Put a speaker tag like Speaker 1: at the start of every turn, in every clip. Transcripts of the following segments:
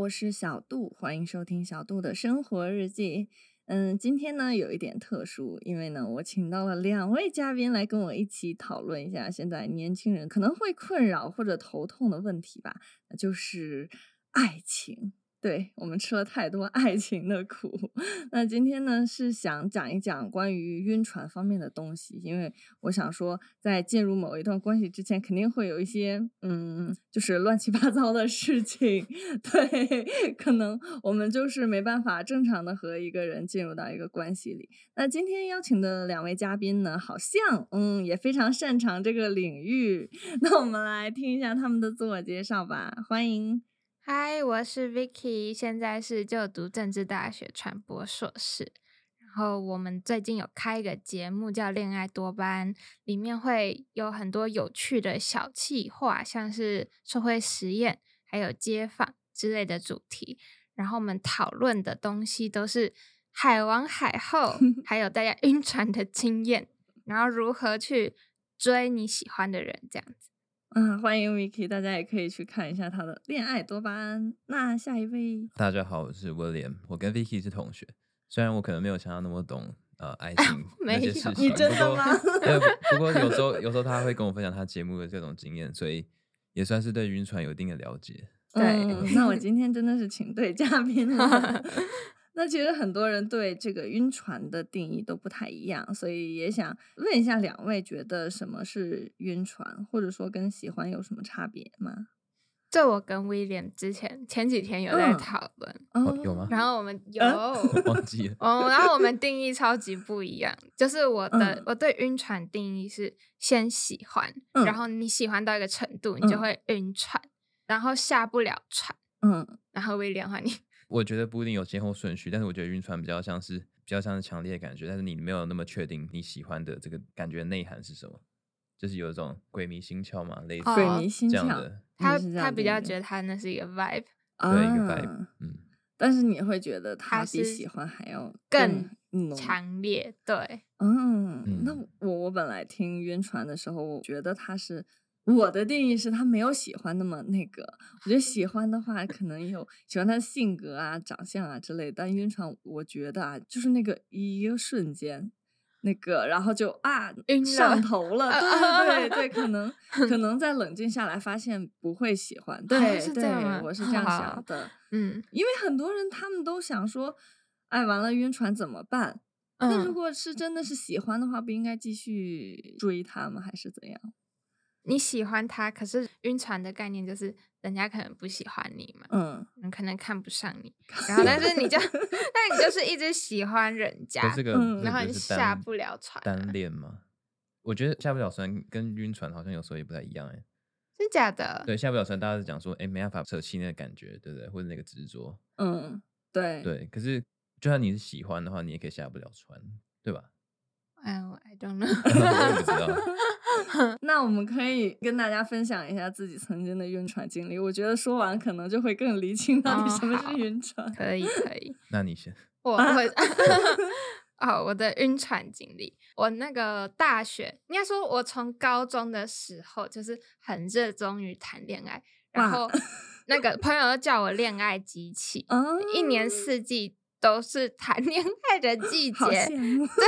Speaker 1: 我是小杜，欢迎收听小杜的生活日记。嗯，今天呢有一点特殊，因为呢我请到了两位嘉宾来跟我一起讨论一下现在年轻人可能会困扰或者头痛的问题吧，那就是爱情。对我们吃了太多爱情的苦， 那今天呢是想讲一讲关于晕船方面的东西，因为我想说，在进入某一段关系之前，肯定会有一些嗯，就是乱七八糟的事情， 对，可能我们就是没办法正常的和一个人进入到一个关系里。那今天邀请的两位嘉宾呢，好像嗯也非常擅长这个领域， 那我们来听一下他们的自我介绍吧，欢迎。
Speaker 2: 嗨，我是 Vicky，现在是就读政治大学传播硕士。然后我们最近有开一个节目叫《恋爱多巴胺》，里面会有很多有趣的小企划，像是社会实验、还有街访之类的主题。然后我们讨论的东西都是海王、海后，还有大家晕船的经验，然后如何去追你喜欢的人，这样子。
Speaker 1: 啊，欢迎 Vicky，大家也可以去看一下他的《恋爱多巴胺》。那下一位，
Speaker 3: 大家好，我是 William，我跟 Vicky 是同学，虽然我可能没有像他那么懂呃 爱情那
Speaker 2: 没有
Speaker 3: 些事情，
Speaker 1: 你真的吗
Speaker 3: 不过 对不过有时候有时候他会跟我分享他节目的各种经验，所以也算是对晕船有一定的了解。
Speaker 2: 对
Speaker 1: 嗯那我 今天真的是请对嘉宾了。 那其实很多人对这个晕船的定义都不太一样，所以也想问一下两位，觉得什么是晕船，或者说跟喜欢有什么差别吗？
Speaker 2: 这我跟 William 之前前几天有在
Speaker 1: 嗯
Speaker 2: 讨论，
Speaker 3: 哦有吗
Speaker 2: 然后我们有，
Speaker 3: 我 忘记了，
Speaker 2: 哦，然后我们定义超级不一样，就是我的、
Speaker 1: 嗯
Speaker 2: 我对晕船定义是先喜欢，
Speaker 1: 嗯
Speaker 2: 然后你喜欢到一个程度，你就
Speaker 1: 嗯
Speaker 2: 会晕船，然后下不了船，
Speaker 1: 嗯
Speaker 2: 然后威廉换你，
Speaker 3: 我觉得不一定有先后顺序，但是我觉得晕船比较像是比较像是强烈的感觉，但是你没有那么确定你喜欢的这个感觉的内涵是什么，就是有一种鬼迷心窍嘛，类似
Speaker 2: 哦
Speaker 1: 鬼迷心
Speaker 3: 这样
Speaker 1: 窍，
Speaker 3: 的，
Speaker 2: 他
Speaker 1: 你是这样
Speaker 2: 他比较
Speaker 1: 定义
Speaker 2: 觉得他那是一个 vibe，
Speaker 3: 对一个 vibe
Speaker 1: 啊。
Speaker 3: 嗯。
Speaker 1: 但是你会觉得它
Speaker 2: 它
Speaker 1: 比
Speaker 2: 是
Speaker 1: 喜欢还要
Speaker 2: 更
Speaker 1: 浓
Speaker 2: 强烈，对，
Speaker 1: 嗯，那
Speaker 3: 嗯
Speaker 1: 我我本来听晕船的时候，我觉得他是我的定义是他没有喜欢那么那个，我觉得喜欢的话可能有喜欢他的性格啊、长相啊之类，但晕船我觉得啊，就是那个一个瞬间。那个，然后就啊，
Speaker 2: 晕
Speaker 1: 上
Speaker 2: 了
Speaker 1: 头了，对对对，可 能可能在冷静下来，发现不会喜欢，对，
Speaker 2: 啊是这
Speaker 1: 对
Speaker 2: 样吗
Speaker 1: 我是这样想
Speaker 2: 好
Speaker 1: 的，
Speaker 2: 嗯
Speaker 1: 因为很多人他们都想说，哎，完了晕船怎么办？那如
Speaker 2: 嗯，
Speaker 1: 果是真的是喜欢的话，不应该继续追他吗？还是怎样？
Speaker 2: 你喜欢他，可是晕船的概念就是人家可能不喜欢你嘛，
Speaker 1: 嗯，
Speaker 2: 你可能看不上 你，然后但是你就， 但你就是一直喜欢人家
Speaker 3: 可，是这个
Speaker 1: 嗯
Speaker 3: 这
Speaker 2: 然
Speaker 3: 个
Speaker 2: 后
Speaker 3: 就
Speaker 2: 你
Speaker 3: 是单
Speaker 2: 下不了船啊
Speaker 3: 单恋吗？我觉得下不了船跟晕船好像有时候也不太一样哎、
Speaker 2: 真假的？
Speaker 3: 对，下不了船大家是讲说，哎、没办法舍弃那个感觉，对不对？或者那个执着，
Speaker 1: 嗯，对，
Speaker 3: 对。可是就算你是喜欢的话，你也可以下不了船，对吧？
Speaker 2: 嗯，I don't
Speaker 3: 我
Speaker 2: know。
Speaker 3: 也不知道，
Speaker 1: 那我们可以跟大家分享一下自己曾经的晕船经历。我觉得说完可能就会更厘清到底
Speaker 2: 哦
Speaker 1: 什么
Speaker 2: 好
Speaker 1: 是晕船。
Speaker 2: 可以可以，
Speaker 3: 那你先，
Speaker 2: 我
Speaker 1: 啊
Speaker 2: 我 哦，我的晕船经历，我那个大学应该说，我从高中的时候就是很热衷于谈恋爱，然
Speaker 1: 哇
Speaker 2: 后那个朋友都叫我恋爱机器，
Speaker 1: 嗯，
Speaker 2: 一年四季都是谈恋爱的季
Speaker 1: 好
Speaker 2: 节，
Speaker 1: 羡慕。
Speaker 2: 对，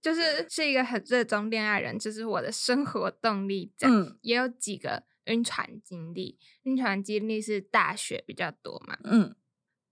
Speaker 2: 就是是一个很热衷恋爱人，就是我的生活动力这样。
Speaker 1: 嗯
Speaker 2: 也有几个晕船经历，晕船经历是大学比较多嘛。
Speaker 1: 嗯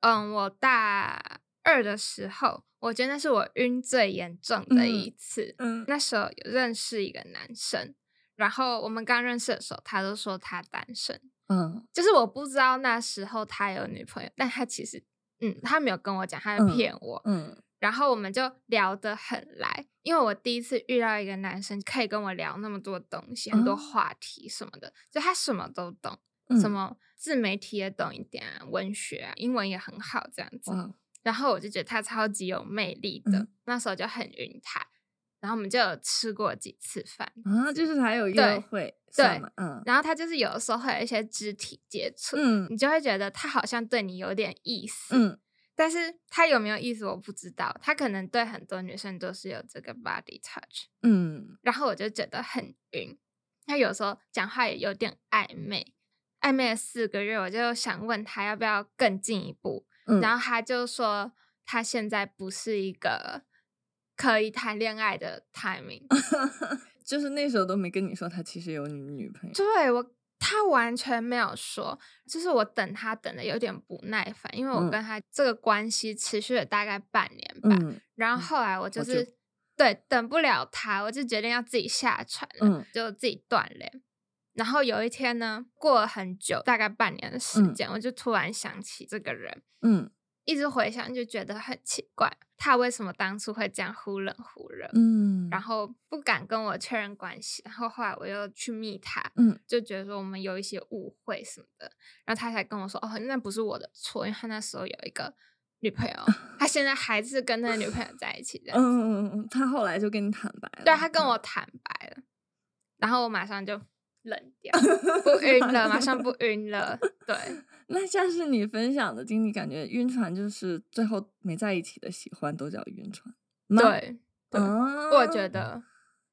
Speaker 2: 嗯，我大二的时候，我觉得那是我晕最严重的一次。
Speaker 1: 嗯
Speaker 2: 那时候有认识一个男生，然后我们刚认识的时候，他都说他单身，
Speaker 1: 嗯
Speaker 2: 就是我不知道那时候他有女朋友，但他其实。嗯，他没有跟我讲，他在
Speaker 1: 嗯
Speaker 2: 骗我。
Speaker 1: 嗯
Speaker 2: 然后我们就聊得很来，因为我第一次遇到一个男生可以跟我聊那么多东西，很
Speaker 1: 哦
Speaker 2: 多话题什么的，就他什么都懂，
Speaker 1: 嗯，
Speaker 2: 什么自媒体也懂一点、啊，文学、啊、英文也很好这样子。
Speaker 1: 哇？
Speaker 2: 然后我就觉得他超级有魅力的，
Speaker 1: 嗯
Speaker 2: 那时候就很晕他。然后我们就有吃过几次饭，
Speaker 1: 啊，就是还有约
Speaker 2: 对
Speaker 1: 会，
Speaker 2: 对
Speaker 1: 算吗嗯
Speaker 2: 然后他就是有的时候会有一些肢体接触，
Speaker 1: 嗯
Speaker 2: 你就会觉得他好像对你有点意思，
Speaker 1: 嗯
Speaker 2: 但是他有没有意思我不知道，他可能对很多女生都是有这个 body touch，
Speaker 1: 嗯
Speaker 2: 然后我就觉得很晕。他有时候讲话也有点暧昧，暧昧了四个月，我就想问他要不要更进一步，
Speaker 1: 嗯，
Speaker 2: 然后他就说他现在不是一个可以谈恋爱的 timing。
Speaker 1: 嗯就是那时候都没跟你说他其实有女女朋友，
Speaker 2: 对我，他完全没有说，就是我等他等的有点不耐烦，因为
Speaker 1: 嗯
Speaker 2: 我跟他这个关系持续了大概半年吧，
Speaker 1: 嗯
Speaker 2: 然后后来我就
Speaker 1: 好久
Speaker 2: 是对等不了他，我就决定要自己下船了，
Speaker 1: 嗯
Speaker 2: 就自己断联。然后有一天呢，过了很久，大概半年的时
Speaker 1: 嗯
Speaker 2: 间，我就突然想起这个人，
Speaker 1: 嗯
Speaker 2: 一直回想就觉得很奇怪，他为什么当初会这样忽冷忽热？
Speaker 1: 嗯，
Speaker 2: 然后不敢跟我确认关系，然后后来我又去密他，
Speaker 1: 嗯，
Speaker 2: 就觉得说我们有一些误会什么的，然后他才跟我说，哦，那不是我的错，因为他那时候有一个女朋 友，他现在还是跟那个女朋友在一起的，
Speaker 1: 嗯嗯嗯嗯，他后来就跟你坦白了，
Speaker 2: 对他跟
Speaker 1: 嗯
Speaker 2: 我坦白了，然后我马上就冷掉，不晕 了，马上不晕了， 对，
Speaker 1: 那像是你分享的经历，感觉晕船就是最后没在一起的喜欢都叫晕船吗？，
Speaker 2: 对，对
Speaker 1: 啊、
Speaker 2: 我觉得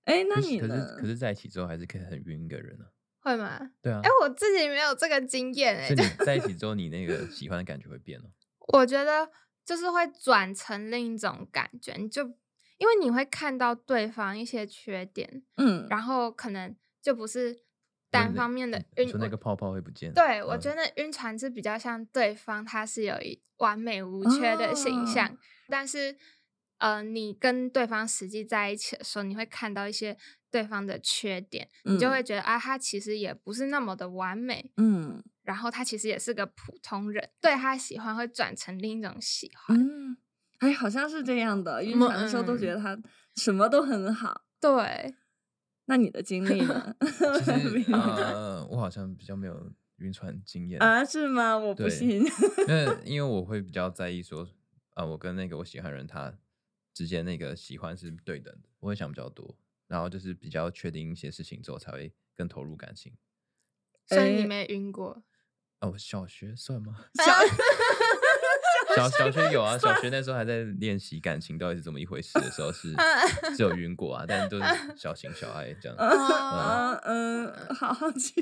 Speaker 1: 哎，那
Speaker 3: 可是
Speaker 1: 你
Speaker 3: 可
Speaker 1: 呢
Speaker 3: 是可是在一起之后还是可以很晕一个人啊。
Speaker 2: 会吗？
Speaker 3: 对啊，
Speaker 2: 哎，我自己没有这个经验哎、
Speaker 3: 所 以
Speaker 2: 就
Speaker 3: 你在一起之后，你那个喜欢的感觉会变哦。
Speaker 2: 我觉得就是会转成另一种感觉，你就因为你会看到对方一些缺点，
Speaker 1: 嗯，
Speaker 2: 然后可能就不是
Speaker 3: 然后
Speaker 2: 单
Speaker 3: 你
Speaker 2: 方面的
Speaker 3: 你
Speaker 2: 晕
Speaker 3: 说。那
Speaker 2: 我
Speaker 3: 个泡泡会不见。嗯
Speaker 2: 对，
Speaker 1: 嗯
Speaker 2: 我觉
Speaker 3: 得
Speaker 2: 得晕船是比较像对方他是有一完美无缺的
Speaker 1: 哦
Speaker 2: 形象，但是呃，你跟对方实际在一起的时候，你会看到一些对方的缺点，你就
Speaker 1: 嗯
Speaker 2: 会觉得啊，他其实也不是那么的完美，
Speaker 1: 嗯
Speaker 2: 然后他其实也是个普通人，对他喜欢会转成另一种喜欢。
Speaker 1: 嗯，哎，好像是这样的，晕
Speaker 2: 嗯
Speaker 1: 船的时候都觉
Speaker 2: 嗯
Speaker 1: 得他什么都很好。
Speaker 2: 对，
Speaker 1: 那你的经历呢？
Speaker 3: 其
Speaker 1: 比
Speaker 3: 实
Speaker 1: 如
Speaker 3: 呃，我好像比较没有晕船经验
Speaker 1: 啊，是吗？我不
Speaker 3: 对
Speaker 1: 信。
Speaker 3: 那因为我会比较在意说，啊、我跟那个我喜欢的人他之间那个喜欢是对等的，我会想比较多，然后就是比较确定一些事情之后才会更投入感情。
Speaker 2: 所以你
Speaker 1: 诶
Speaker 2: 没晕 过，
Speaker 3: 哦，小学算吗？
Speaker 1: 小
Speaker 3: 小小学有啊，小学那时候还在练习感情到底是怎么一回事的时候 是是有晕过啊，但都是小情小爱这样。
Speaker 2: 哦呃
Speaker 1: 嗯嗯，好好奇。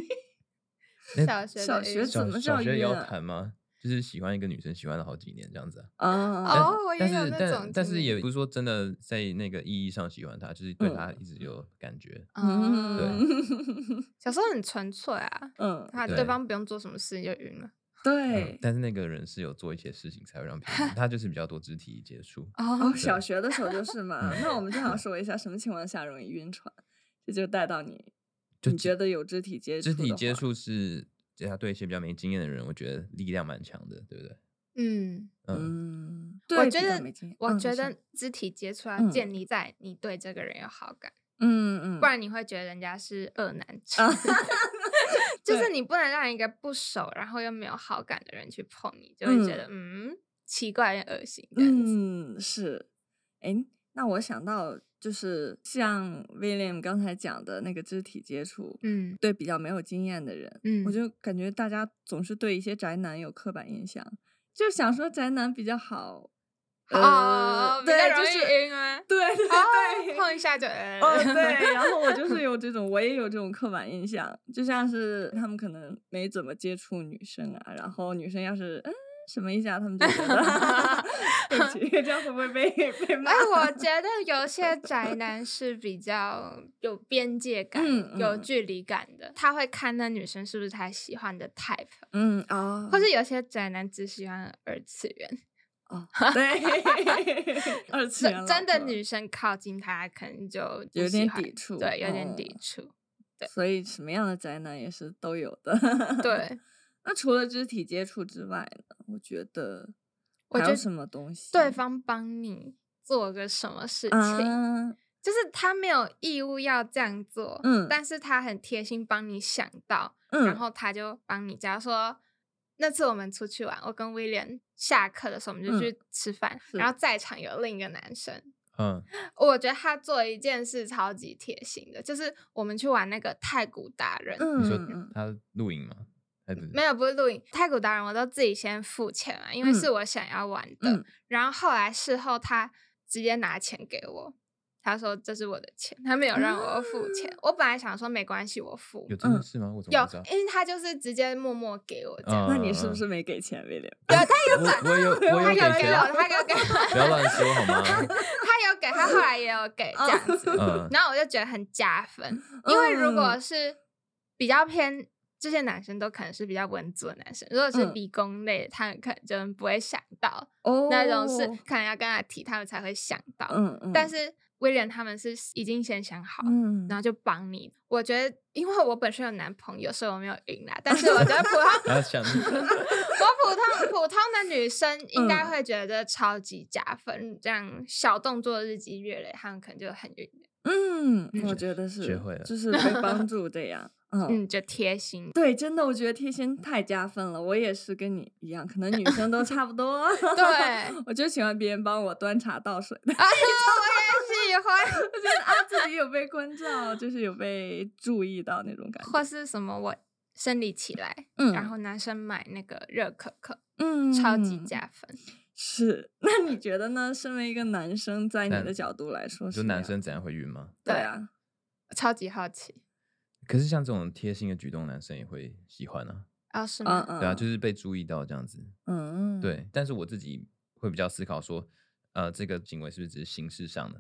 Speaker 2: 小
Speaker 3: 那
Speaker 2: 学的
Speaker 1: 小
Speaker 2: 晕
Speaker 1: 学
Speaker 2: 船
Speaker 1: 怎
Speaker 3: 小
Speaker 1: 么叫
Speaker 3: 小学也
Speaker 1: 晕
Speaker 3: 要
Speaker 1: 啊
Speaker 3: 谈吗？就是喜欢一个女生，喜欢了好几年这样子啊。但
Speaker 1: 啊
Speaker 2: 哦我也
Speaker 3: 但
Speaker 2: 有
Speaker 3: 是
Speaker 2: 那
Speaker 3: 但
Speaker 2: 种
Speaker 3: 但
Speaker 2: 经
Speaker 3: 是
Speaker 2: 历
Speaker 3: 也不是说真的在那个意义上喜欢他，就是对
Speaker 1: 嗯
Speaker 3: 他一直有感觉。
Speaker 2: 嗯，
Speaker 1: 嗯，
Speaker 2: 小时候很纯粹啊，
Speaker 1: 嗯，
Speaker 2: 他对
Speaker 3: 对
Speaker 2: 方不用做什么事你就晕了。
Speaker 3: 嗯
Speaker 1: 对。
Speaker 3: 但是那个人是有做一些事情才会让别人，他就是比较多肢体接触。
Speaker 2: 哦
Speaker 1: 哦，小学的时候就是嘛。
Speaker 3: 嗯
Speaker 1: 那我们正好 说一下什么情况下容易晕船，这就带到你，
Speaker 3: 就
Speaker 1: 你
Speaker 3: 肢
Speaker 1: 觉得有肢体 接触？
Speaker 3: 肢体接，触是，对他对一些比较没经验的人，我觉得力量蛮强的，对不对？
Speaker 2: 嗯，
Speaker 3: 嗯，
Speaker 1: 嗯，对
Speaker 2: 我觉
Speaker 1: 比较
Speaker 2: 得
Speaker 1: 没经验
Speaker 2: 我
Speaker 1: 嗯
Speaker 2: 觉
Speaker 1: 你说
Speaker 2: 得肢体接触要
Speaker 1: 嗯
Speaker 2: 建立在你对这个人有好感，
Speaker 1: 嗯嗯，
Speaker 2: 不然你会觉得人家是恶男
Speaker 1: 啊，
Speaker 2: 就是
Speaker 1: 对
Speaker 2: 你不能让一个不熟然后又没有好感的人去碰你，就会觉
Speaker 1: 嗯
Speaker 2: 得嗯奇怪、有点恶心这样子。
Speaker 1: 嗯是，哎，那我想到就是像 William 刚才讲的那个肢体接触，
Speaker 2: 嗯
Speaker 1: 对比较没有经验的人，
Speaker 2: 嗯，
Speaker 1: 我就感觉大家总是对一些宅男有刻板印象，就想说宅男比较好，
Speaker 2: 哦
Speaker 1: 呃，，
Speaker 2: 比
Speaker 1: 对，
Speaker 2: 较
Speaker 1: 就
Speaker 2: 容易
Speaker 1: 是
Speaker 2: 晕啊。
Speaker 1: 对 对对，
Speaker 2: 哦，碰一下就呃
Speaker 1: 哦，对，然后我就是有这种，我也有这种刻板印象，就像是他们可能没怎么接触女生啊，然后女生要是嗯什么一下，他们就觉 得对不起，这样会不会被被骂？
Speaker 2: 哎， 我觉得有些宅男是比较有边界感、
Speaker 1: 嗯
Speaker 2: 有
Speaker 1: 嗯
Speaker 2: 距离感的，他会看那女生是不是他喜欢的 type，、
Speaker 1: 嗯啊，
Speaker 2: 或是有些宅男只喜欢二次元，
Speaker 1: 哦，对， 二次元
Speaker 2: 真真的
Speaker 1: 老婆
Speaker 2: 女生靠近他可能就不
Speaker 1: 有
Speaker 2: 喜
Speaker 1: 点
Speaker 2: 欢
Speaker 1: 抵触
Speaker 2: 对，有点
Speaker 1: 嗯
Speaker 2: 抵触，
Speaker 1: 所以什么样的宅男也是都有的。，
Speaker 2: 对。
Speaker 1: 那除了肢体接触之外呢？我觉得
Speaker 2: 我
Speaker 1: 还
Speaker 2: 觉
Speaker 1: 有
Speaker 2: 得
Speaker 1: 什么东西？
Speaker 2: 对方帮你做个什么事情，
Speaker 1: 啊，
Speaker 2: 就是他没有义务要这样做，
Speaker 1: 嗯
Speaker 2: 但是他很贴心帮你想到，
Speaker 1: 嗯，
Speaker 2: 然后他就帮你。假如说那次我们出去玩，我跟威廉下课的时候我们就
Speaker 1: 嗯
Speaker 2: 去吃饭，
Speaker 1: 是
Speaker 2: 然后在场有另一个男生，
Speaker 3: 嗯，
Speaker 2: 我觉得他做一件事超级贴心的，就是我们去玩那个太古达人。
Speaker 1: 嗯，
Speaker 3: 你说
Speaker 1: 嗯嗯
Speaker 3: 他露营吗？还不是
Speaker 2: 没有，不是录影太古达人，我都自己先付钱啊了，因为
Speaker 1: 嗯
Speaker 2: 是我想要玩的。
Speaker 1: 嗯
Speaker 2: 然后后来事后他直接拿钱给我，他说这是我的钱，他没有让我付钱。我本来想说没关系，我付
Speaker 3: 啊有。真
Speaker 1: 嗯
Speaker 3: 的是吗？我怎
Speaker 2: 有
Speaker 3: 么不知道？，
Speaker 2: 因为他就是直接默默给我这样。
Speaker 1: 那你是不
Speaker 3: 嗯
Speaker 1: 是没给钱威廉？
Speaker 2: 有，他有转，
Speaker 3: 我我有我
Speaker 2: 他有
Speaker 3: 有给
Speaker 2: 给
Speaker 3: 钱，
Speaker 2: 我，他有给我，
Speaker 3: 不要乱说好吗？
Speaker 2: 他 有给，他后来也有给这样子。
Speaker 3: 嗯，
Speaker 2: 然后我就觉得很加分，因为如果是比较偏这些男生，都可能是比较文组的男生。如果是
Speaker 1: 嗯
Speaker 2: 理工类的，他们可能就不会想到
Speaker 1: 哦
Speaker 2: 那种事，可能要跟他提，他们才会想到。
Speaker 1: 嗯嗯，
Speaker 2: 但是威廉他们是已经先想好，
Speaker 1: 嗯，
Speaker 2: 然后就帮你。我觉得，因为我本身有男朋友，所以我没有 赢啦。但是我觉得普通，
Speaker 3: 然后想
Speaker 2: 我普通普通的女生应
Speaker 1: 嗯
Speaker 2: 该会觉得超级加分，这样小动作日积月累，他们可能就很晕，
Speaker 1: 嗯，我
Speaker 3: 学
Speaker 1: 觉得是
Speaker 3: 学会了
Speaker 1: 就是被 帮助这样，嗯。
Speaker 2: 嗯，就贴心。
Speaker 1: 对，真的，我觉得贴心太加分了。我也是跟你一样，可能女生都差不多。
Speaker 2: 对， 哎
Speaker 1: 我就喜欢别人帮我端茶倒水的，
Speaker 2: 啊，我也喜欢，
Speaker 1: 我觉得啊，自己有被关照，就是有被注意到那种感觉。
Speaker 2: 或是什么我生理起来，
Speaker 1: 嗯
Speaker 2: 然后男生买那个热可可，
Speaker 1: 嗯
Speaker 2: 超级加分。
Speaker 1: 是。 那你觉得呢？身为一个男生，在你
Speaker 3: 男
Speaker 1: 的角度来说是
Speaker 3: 就
Speaker 1: 这
Speaker 3: 男
Speaker 1: 样
Speaker 3: 生怎样会晕吗？
Speaker 1: 对啊，
Speaker 2: 超级好奇
Speaker 3: 可是像这种贴心的举动，男生也会喜欢啊，
Speaker 2: 啊，是
Speaker 1: 嗯
Speaker 2: 吗？
Speaker 1: 嗯，
Speaker 3: 对啊，就是被注意到这样子。
Speaker 1: 嗯，
Speaker 3: 对，但是我自己会比较思考说，呃，这个行为是不是只是形式上的？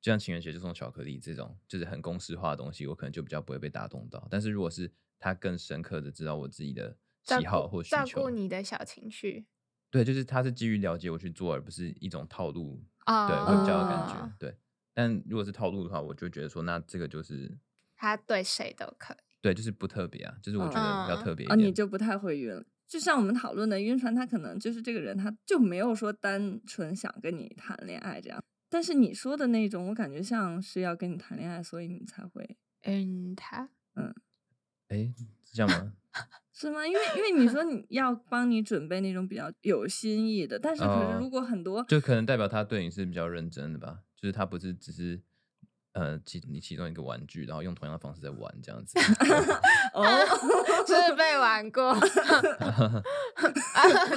Speaker 3: 就像情人节就送巧克力这种，就是很公式化的东西，我可能就比较不会被打动到。但是如果是他更深刻的知道我自己的
Speaker 2: 照
Speaker 3: 喜好
Speaker 2: 顾
Speaker 3: 或需
Speaker 2: 照
Speaker 3: 求
Speaker 2: 顾，你的小情绪
Speaker 3: 对，就是他是基于了解我去做，而不是一种套路，
Speaker 2: 啊，
Speaker 3: 对，会比较有感觉
Speaker 2: 哦。
Speaker 3: 对，但如果是套路的话，我就觉得说，那这个就是
Speaker 2: 他对谁都可以。
Speaker 3: 对，就是不特别啊，就是我觉得比较
Speaker 2: 嗯
Speaker 3: 特别一
Speaker 1: 啊，
Speaker 3: 点。
Speaker 1: 你就不太会晕。就像我们讨论的，晕船他可能就是这个人，他就没有说单纯想跟你谈恋爱这样。但是你说的那种，我感觉像是要跟你谈恋爱，所以你才会
Speaker 2: 嗯，他
Speaker 3: 哎，是这样吗？
Speaker 1: 是吗？因为因为你说 你要帮你准备那种比较有新意的，但是可
Speaker 3: 哦
Speaker 1: 是如果很多、
Speaker 3: 就可能代表他对你是比较认真的吧，就是他不是只是呃其你其中一个玩具，然后用同样的方式在玩 这样子。
Speaker 1: 哦，
Speaker 2: 是被玩过，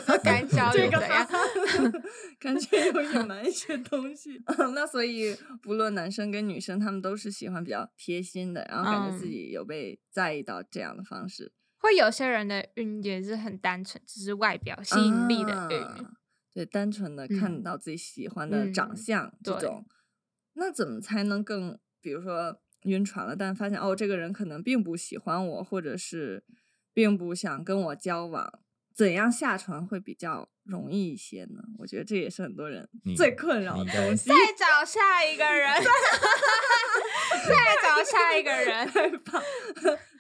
Speaker 2: 是干交
Speaker 1: 这
Speaker 2: 流
Speaker 1: 个
Speaker 2: 怎样？
Speaker 1: 感觉有隐瞒一些东西。 那所以不论男生跟女生，他们都是喜欢比较贴心的，然后感觉自
Speaker 2: 嗯
Speaker 1: 己有被在意到这样的方式。
Speaker 2: 会有些人的晕也是很单纯，只是外表吸引力的晕。
Speaker 1: 啊对，单纯的看
Speaker 2: 嗯
Speaker 1: 到自己喜欢的长
Speaker 2: 嗯
Speaker 1: 相、这
Speaker 2: 对
Speaker 1: 种，那怎么才能更，比如说晕船了，但发现哦，这个人可能并不喜欢我，或者是并不想跟我交往，怎样下船会比较容易一些呢？我觉得这也是很多人
Speaker 3: 你
Speaker 1: 最困扰的
Speaker 3: 你应该
Speaker 1: 东西
Speaker 2: 再。找下一个人，再找下一 个 人，
Speaker 1: 害怕。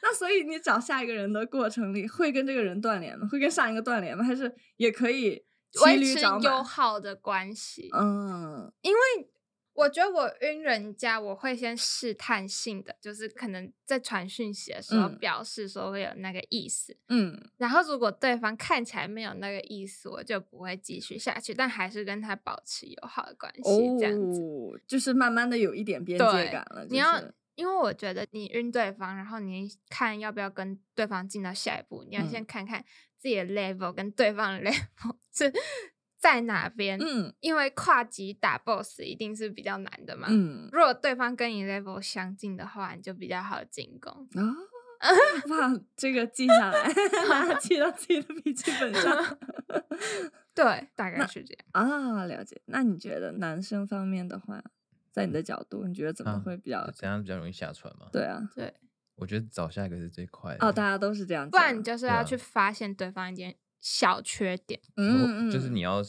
Speaker 1: 那所以你找下一个人的过程里，会跟这个人断联吗？会跟上一个断联吗？还是也可以骑
Speaker 2: 维
Speaker 1: 驴
Speaker 2: 持
Speaker 1: 找
Speaker 2: 友
Speaker 1: 马？
Speaker 2: 好的关系。
Speaker 1: 嗯，
Speaker 2: 我觉得我晕人家，我会先试探性的，就是可能在传讯息的时候
Speaker 1: 嗯
Speaker 2: 表示说会有那个意思，
Speaker 1: 嗯
Speaker 2: 然后如果对方看起来没有那个意思，我就不会继续下去，但还是跟他保持友好的关系，这样子。
Speaker 1: 哦，就是慢慢的有一点边界
Speaker 2: 对
Speaker 1: 感了。
Speaker 2: 你
Speaker 1: 就
Speaker 2: 要
Speaker 1: 是，
Speaker 2: 因为我觉得你晕对方，然后你看要不要跟对方进到下一步，你要
Speaker 1: 嗯
Speaker 2: 先看看自己的 level 跟对方的 level 是在哪边。
Speaker 1: 嗯
Speaker 2: 因为跨级打 boss 一定是比较难的嘛。
Speaker 1: 嗯
Speaker 2: 如果对方跟你 level 相近的话，你就比较好进攻。
Speaker 1: 啊。 哇，这个记下来， 记到自己的笔记本 上
Speaker 2: 对，大概是这样。
Speaker 1: 啊。了解。那你觉得男生方面的话，在你的角度，你觉得怎么
Speaker 3: 啊
Speaker 1: 会比较？
Speaker 3: 怎样比较容易下船嘛？
Speaker 1: 对啊，
Speaker 2: 对，
Speaker 3: 我觉得找下一个是最快的。
Speaker 1: 哦，大家都是这样讲。
Speaker 2: 不然你就是
Speaker 3: 对啊
Speaker 2: 要去发现对方一点小缺点。
Speaker 1: 嗯，
Speaker 3: 如
Speaker 1: 嗯
Speaker 3: 果就是你要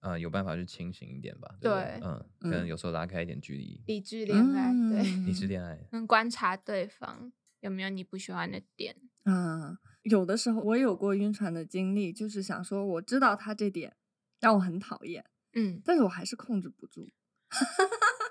Speaker 3: 呃有办法去清醒一点吧。对不对，
Speaker 2: 对
Speaker 3: 嗯，
Speaker 1: 嗯
Speaker 3: 可能有时候拉开一点距离，
Speaker 2: 理智恋爱，对，
Speaker 1: 嗯
Speaker 3: 你是恋爱，
Speaker 2: 能观察对方有没有你不喜欢的点。
Speaker 1: 啊，有的时候我有过晕船的经历，就是想说我知道他这点让我很讨厌，
Speaker 2: 嗯，
Speaker 1: 但是我还是控制不住。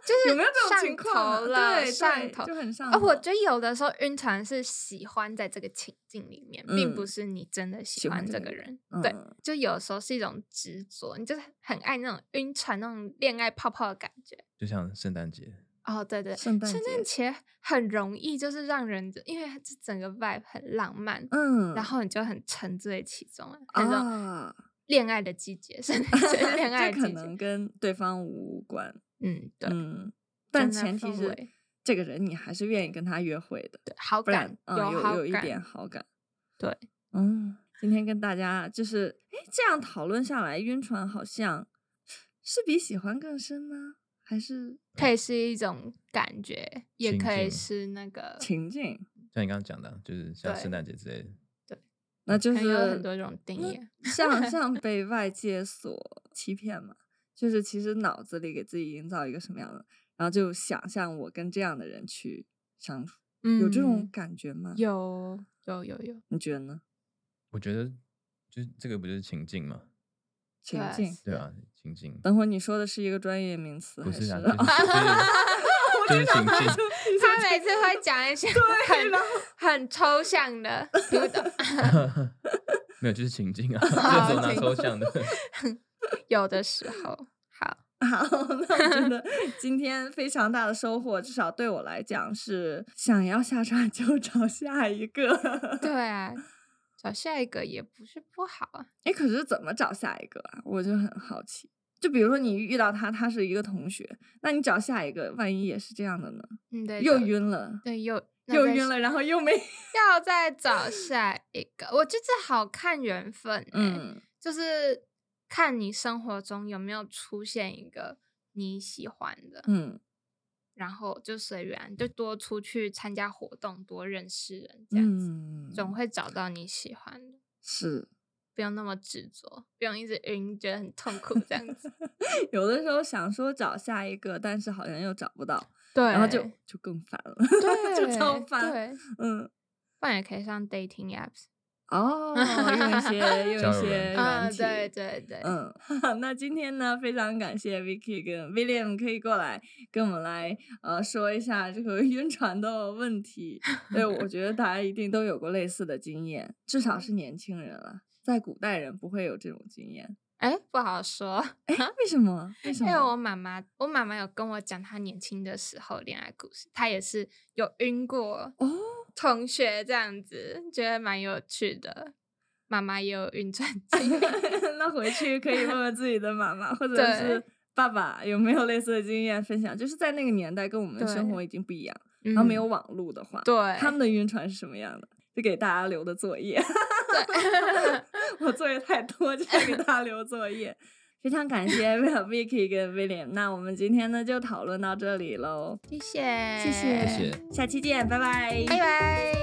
Speaker 2: 就
Speaker 1: 啊
Speaker 2: 是
Speaker 1: 有没有这种
Speaker 2: 上
Speaker 1: 情况啊
Speaker 2: 头了，
Speaker 1: 对对
Speaker 2: 上头
Speaker 1: 就很上
Speaker 2: 啊、我
Speaker 1: 头
Speaker 2: 觉得有的时候晕船是喜欢在这个情境里面，并不
Speaker 1: 嗯
Speaker 2: 是你真的
Speaker 1: 喜
Speaker 2: 喜
Speaker 1: 欢
Speaker 2: 欢
Speaker 1: 这
Speaker 2: 这
Speaker 1: 个
Speaker 2: 个
Speaker 1: 人
Speaker 2: 人。
Speaker 1: 嗯
Speaker 2: 对，就有时候是一种执着，你就是很爱那种晕船那种恋爱泡泡的感觉。
Speaker 3: 就像圣诞节，
Speaker 2: 哦，对对，
Speaker 1: 圣诞
Speaker 2: 圣
Speaker 1: 节
Speaker 2: 诞节很容易就是让人，因为它这整个 vibe 很浪漫，
Speaker 1: 嗯，
Speaker 2: 然后你就很沉醉其中了，那种
Speaker 1: 啊，
Speaker 2: 恋 爱的季节，圣诞节恋爱
Speaker 1: 这
Speaker 2: 的
Speaker 1: 可
Speaker 2: 季节
Speaker 1: 能。跟对方无关。
Speaker 2: 嗯，对，
Speaker 1: 嗯，但
Speaker 2: 真
Speaker 1: 前
Speaker 2: 的
Speaker 1: 提
Speaker 2: 氛
Speaker 1: 是
Speaker 2: 围
Speaker 1: 这个人你还是愿意跟他约会的，
Speaker 2: 对好
Speaker 1: 不然
Speaker 2: 感、
Speaker 1: 嗯
Speaker 2: 有好
Speaker 1: 有一
Speaker 2: 感
Speaker 1: 点好感。
Speaker 2: 对，
Speaker 1: 嗯，今天跟大家就是，哎，这样讨论下来，晕船好像是比喜欢更深吗？还是
Speaker 2: 可以是一种感觉，也
Speaker 3: 情
Speaker 2: 可以
Speaker 3: 境
Speaker 2: 是那个，
Speaker 1: 情境？
Speaker 3: 像你刚刚讲的，啊就是像
Speaker 2: 对
Speaker 3: 圣诞节之类的，
Speaker 1: 那就
Speaker 2: 还
Speaker 1: 是嗯
Speaker 2: 有很多种定义。
Speaker 1: 像像被外界所欺骗嘛，就是其实脑子里给自己营造一个什么样的，然后就想象我跟这样的人去相处，有这种
Speaker 2: 嗯
Speaker 1: 感觉吗？
Speaker 2: 有有有有
Speaker 1: 你觉得呢？
Speaker 3: 我觉得就是这个不就是情境嘛，
Speaker 1: 情
Speaker 2: 对
Speaker 1: 境。
Speaker 3: 对啊，情境
Speaker 1: 等会儿你说的是一个专业名词，
Speaker 3: 不
Speaker 1: 还
Speaker 3: 是啊，
Speaker 1: 啊
Speaker 3: 就是就是就是情境。
Speaker 2: 他每次会讲一些很很抽象的，听不 懂。
Speaker 3: 没有，就是情境啊， 这种拿
Speaker 2: 情
Speaker 3: 抽象的，
Speaker 2: 有的时候，好，
Speaker 1: 好，那我觉 得今天非常大的收获，至少对我来讲是想要下船就找下一个。
Speaker 2: 对啊，找下一个也不是不好啊。
Speaker 1: 哎，可是怎么找下一个啊？我就很好奇。就比如说你遇到他，他是一个同学，那你找下一个，万一也是这样的呢？
Speaker 2: 嗯，对，
Speaker 1: 又
Speaker 2: 找，
Speaker 1: 晕了，
Speaker 2: 对，又那
Speaker 1: 又
Speaker 2: 再
Speaker 1: 晕了，然后又 没……
Speaker 2: 要再找下一个。我觉得这好看缘分、欸，
Speaker 1: 嗯，
Speaker 2: 就是看你生活中有没有出现一个你喜欢的，
Speaker 1: 嗯
Speaker 2: 然后就随缘，就多出去参加活动，多认识人，这样子、
Speaker 1: 嗯，
Speaker 2: 总会找到你喜欢的。
Speaker 1: 是
Speaker 2: 不用那么执着，不用一直晕，觉得很痛苦这样 子。
Speaker 1: 有的时候想说找下一个，但是好像又找不到，
Speaker 2: 对，
Speaker 1: 然后就就更烦了，
Speaker 2: 对，
Speaker 1: 就超烦。
Speaker 2: 对，
Speaker 1: 嗯，
Speaker 2: 不然也可以上 dating apps。
Speaker 1: 哦，用一些用
Speaker 3: 交
Speaker 1: 一
Speaker 3: 友
Speaker 1: 些
Speaker 3: 软
Speaker 2: 啊，
Speaker 1: 软体，
Speaker 2: 对对对，
Speaker 1: 嗯， 那今天呢，非常感谢 Vicky 跟 William 可以过来跟我们来呃说一下这个 晕船的问题。对，我觉得大家一定都有过类似的经验，至少是年轻人了，在古代人不会有这种经验。
Speaker 2: 哎，不好说，
Speaker 1: 哎，为什么？为什
Speaker 2: 因
Speaker 1: 么？
Speaker 2: 为我妈妈，我妈妈有跟我讲她年轻的时候恋爱故事，她也是有晕过
Speaker 1: 哦，
Speaker 2: 同学这样子，觉得蛮有趣的。妈妈也有晕船经历，
Speaker 1: 那回去可以问问自己的妈妈或者
Speaker 2: 对
Speaker 1: 是爸爸有没有类似的经验分享，就是在那个年代跟我们的生
Speaker 2: 对嗯
Speaker 1: 活已经不一样，
Speaker 2: 然
Speaker 1: 然哦后没有网络的话，
Speaker 2: 对
Speaker 1: 他们的晕船是什么样的？就给大家留的作业。
Speaker 2: 对，
Speaker 1: 我作业太多，就要给大家留作业。非常感谢 Vicky 跟 William，那我们今天呢就讨论到这里喽，
Speaker 2: 谢谢，
Speaker 1: 谢谢
Speaker 3: 谢谢。
Speaker 2: 哎
Speaker 1: 下期见，拜拜，
Speaker 2: 拜拜。